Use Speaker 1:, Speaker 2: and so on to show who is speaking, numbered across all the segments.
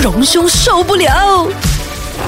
Speaker 1: 榮兄受不了。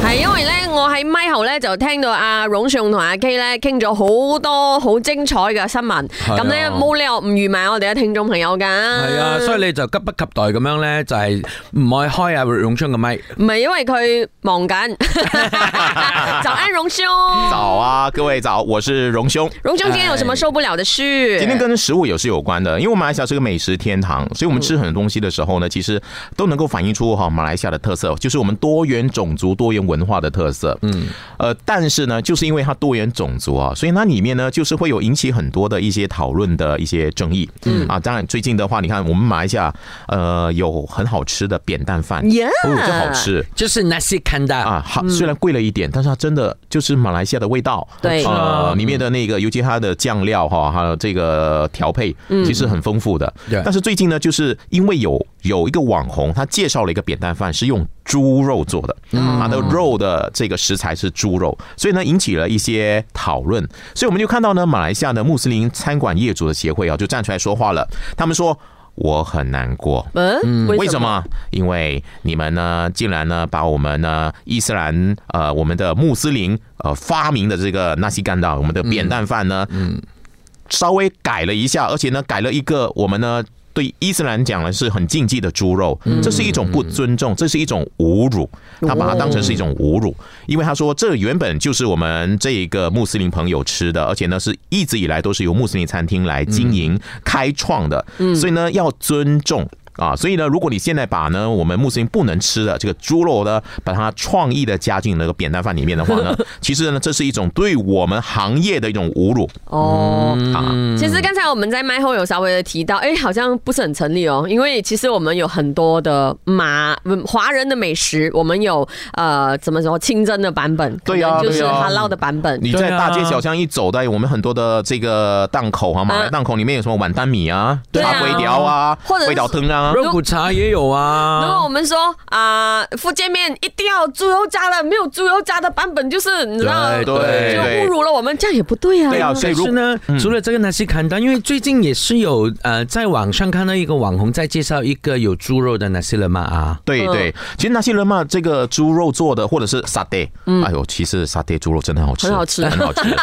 Speaker 2: 係因為咧，我喺咪後咧就聽到阿榮尚同阿 K 咧傾咗好多好精彩嘅新聞，
Speaker 3: 啊
Speaker 2: 咁咧冇理由唔預埋我哋嘅聽眾朋友㗎。
Speaker 3: 係
Speaker 2: 嗯
Speaker 3: 啊，所以你就急不及待咁樣咧，就係唔可以開阿永昌嘅咪。
Speaker 2: 唔係因為佢忙緊。 早安，榮兄。
Speaker 4: 早啊，各位早，我是荣兄。
Speaker 2: 榮兄今天有什麼受不了的事？
Speaker 4: 今天跟食物也是有关的，因为我们马来西亚是个美食天堂，所以我们吃很多东西的时候呢，其实都能够反映出哈马来西亚的特色，就是我们多元种族、多元文化的特色。嗯，呃，但是呢，就是因为它多元种族啊，所以那里面呢，就是会有引起很多的一些讨论的一些争议。嗯啊，当然最近的话，你看我们马来西亚呃有很好吃的扁担饭
Speaker 2: Yeah
Speaker 4: 哦，这好吃。
Speaker 3: 就是 Nasi k a n d a
Speaker 4: 啊，好，虽然贵了一点，但是它真的就是马来西亚的味道，
Speaker 2: 对
Speaker 4: 呃，里面的那个，尤其它的酱料哈，还有这个调配，其实很丰富的。
Speaker 3: 对
Speaker 4: 但是最近呢，就是因为有有一个网红，他介绍了一个扁担饭是用猪肉做的，它的肉的这个食材是猪肉，所以呢引起了一些讨论。所以我们就看到呢，马来西亚的穆斯林餐馆业主的协会啊，就站出来说话了，他们说我很难过。
Speaker 2: 嗯，
Speaker 4: 为什？么？因为你们呢，竟然呢把我们呢伊斯兰呃我们的穆斯林呃发明的这个纳西干达，我们的扁担饭呢，嗯，稍微改了一下，而且呢改了一个我们呢。对伊斯兰讲呢是很禁忌的猪肉，这是一种不尊重，这是一种侮辱。他把它当成是一种侮辱，因为他说这原本就是我们这个穆斯林朋友吃的，而且呢是一直以来都是由穆斯林餐厅来经营开创的，所以呢要尊重。啊，所以呢，如果你现在把呢我们穆斯林不能吃的这个猪肉呢，把它创意的加进那个扁担饭里面的话呢，其实呢，这是一种对我们行业的一种侮辱
Speaker 2: 哦。
Speaker 4: 啊。
Speaker 2: 其实刚才我们在麦后有稍微的提到，哎，好像不是很成立哦，因为其实我们有很多的马嗯华人的美食，我们有呃怎么说清真的版本，
Speaker 4: 对
Speaker 2: 可
Speaker 4: 呀
Speaker 2: 能就是
Speaker 4: 对呀啊
Speaker 2: 哈捞的版本，
Speaker 4: 你在大街小巷一走的，我们很多的这个档口啊，马来档口里面有什么碗担米啊、
Speaker 2: 嗯对啊
Speaker 4: 大龟条啊
Speaker 2: 或者、是
Speaker 4: 龟条灯啊，
Speaker 3: 肉骨茶也有
Speaker 2: 如果
Speaker 3: 啊
Speaker 2: 我。们说啊、福建面一定要猪油渣的，没有猪油渣的版本就是你知道，
Speaker 3: 对
Speaker 2: 就
Speaker 3: 对
Speaker 2: 侮辱了我们，这样也不对啊。
Speaker 4: 对啊，所以
Speaker 3: 但
Speaker 4: 如
Speaker 3: 是呢，嗯除了这个 Nasi k a n d a 因为最近也是有呃，在网上看到一个网红在介绍一个有猪肉的 Nasi Lemak 啊。
Speaker 4: 对对，
Speaker 2: 嗯
Speaker 4: 其实那些人嘛，这个猪肉做的或者是沙爹，哎呦，其实沙爹猪肉真的很好吃，
Speaker 2: 嗯很好吃嗯
Speaker 4: 很好吃。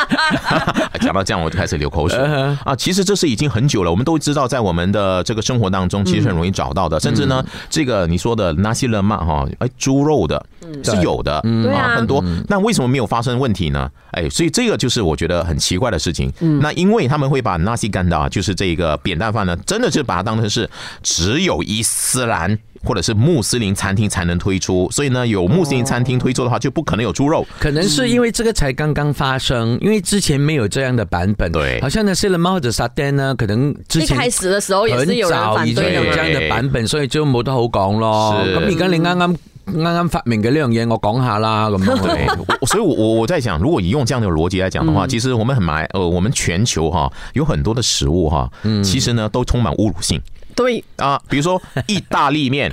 Speaker 4: 讲到这样，我就开始流口水啊！其实这是已经很久了，我们都知道，在我们的这个生活当
Speaker 2: 嗯
Speaker 4: 中，其实很容易找到的。甚至呢，这个你说的那些人嘛，哈，哎，猪肉的是有的
Speaker 2: 嗯对啊
Speaker 4: 嗯很多。那为什么没有发生问题呢？哎，所以这个就是我觉得很奇怪的事情。
Speaker 2: 嗯
Speaker 4: 那因为他们会把纳西干达，就是这个扁担饭呢，真的就把它当成是只有伊斯兰。或者是穆斯林餐厅才能推出，所以呢，有穆斯林餐厅推出的话，就不可能有猪肉。
Speaker 3: 可能是因为这个才刚刚发生，因为之前没有这样的版本。
Speaker 4: 对
Speaker 3: 好像那些人猫的沙爹呢，可能之
Speaker 2: 一
Speaker 3: 前
Speaker 2: 开始的时候也是有人反
Speaker 3: 很早
Speaker 2: 对
Speaker 3: 已
Speaker 2: 的
Speaker 3: 經有
Speaker 2: 嘛
Speaker 3: 這。樣嘅版本，所以都冇得好講咯。
Speaker 4: 是
Speaker 3: 咁而家你啱啱啱啱發明嘅呢樣嘢，我講下啦咁樣。
Speaker 4: 对， 我所以我，我我在想，如果你用这样的逻辑来讲的话，其实我们很埋呃，我们全球哈有很多的食物哈，其实呢都充满侮辱性
Speaker 2: 对，
Speaker 4: 啊，比如说意大利面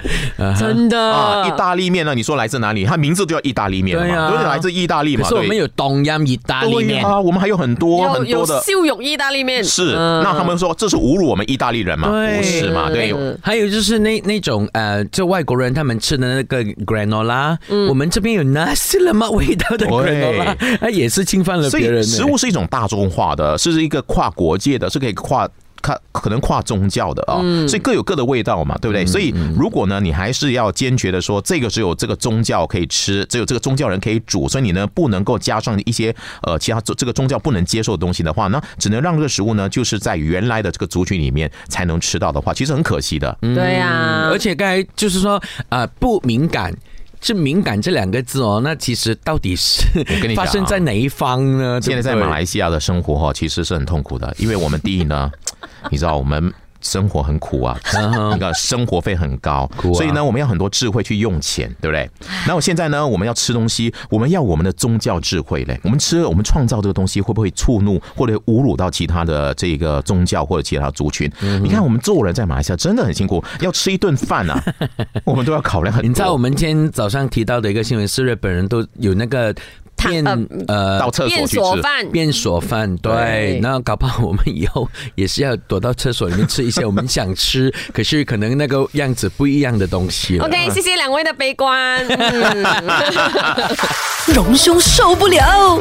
Speaker 2: 真的。
Speaker 4: 啊，意大利面呢，你说来自哪里？它名字就叫意大利面
Speaker 3: 嗯
Speaker 4: 了
Speaker 3: 对
Speaker 4: 嘛，
Speaker 3: 啊
Speaker 4: 都是来自意大利
Speaker 3: 可
Speaker 4: 嘛，
Speaker 3: 是我们
Speaker 4: 对。
Speaker 3: 有冬陰意大利
Speaker 4: 对
Speaker 3: 面，
Speaker 4: 啊，我们还有很多
Speaker 2: 有
Speaker 4: 很多
Speaker 2: 有
Speaker 4: 的。
Speaker 2: 秀肉意大利面
Speaker 4: 是，
Speaker 2: 嗯
Speaker 4: 那他们说这是侮辱我们意大利人嘛？
Speaker 3: 对
Speaker 4: 不是嘛？对，
Speaker 2: 嗯
Speaker 3: 还有就是那那种呃，就外国人他们吃的那个 granola，、我
Speaker 2: 嗯
Speaker 3: 们这边有 nasi lemak 味道的
Speaker 4: 对
Speaker 3: granola，它也是侵犯了
Speaker 4: 所
Speaker 3: 别人欸
Speaker 4: 以
Speaker 3: 呢。
Speaker 4: 食物是一种大众化的，是一个跨国界的，是可以跨。看，可能跨宗教的啊、
Speaker 3: 嗯
Speaker 4: 所以各有各的味道嘛，对不对？所以如果呢，你还是要坚决的说，这个只有这个宗教可以吃，只有这个宗教人可以煮，所以你呢不能够加上一些呃其他宗这个宗教不能接受的东西的话，那只能让这个食物呢就是在原来的这个族群里面才能吃到的话，其实很可惜的。
Speaker 2: 对啊呀，
Speaker 3: 而且刚才就是说呃不敏感。这敏感这两个字哦，那其实到底是
Speaker 4: 我跟你讲啊
Speaker 3: 发生在哪一方呢？
Speaker 4: 现在在
Speaker 3: 对不对
Speaker 4: 马来西亚的生活哈，其实是很痛苦的，因为我们第 一呢，你知道我们。生活很苦啊，那个生活费很高，
Speaker 3: 嗯啊
Speaker 4: 所以呢，我们要很多智慧去用钱，对不对？然后现在呢，我们要吃东西，我们要我们的宗教智慧嘞。我们吃了，我们创造这个东西，会不会触怒或者侮辱到其他的这个宗教或者其他族群？
Speaker 3: 嗯
Speaker 4: 你看，我们做人在马来西亚真的很辛苦，要吃一顿 饭啊，我们都要考量很多。
Speaker 3: 你知道我们今天早上提到的一个新闻是日本人都有那个。
Speaker 2: 他
Speaker 3: 变
Speaker 2: 呃
Speaker 3: 呃
Speaker 4: 到厕所
Speaker 2: 变
Speaker 4: 去
Speaker 2: 锁
Speaker 4: 吃。
Speaker 2: 饭。
Speaker 3: 变锁饭，对
Speaker 2: 对，
Speaker 3: 那搞不好我们以后也是要躲到厕所里面吃一些我们想吃，可是可能那个样子不一样的东西了。
Speaker 2: OK，谢谢两位的悲观。嗯
Speaker 1: 荣兄受不了。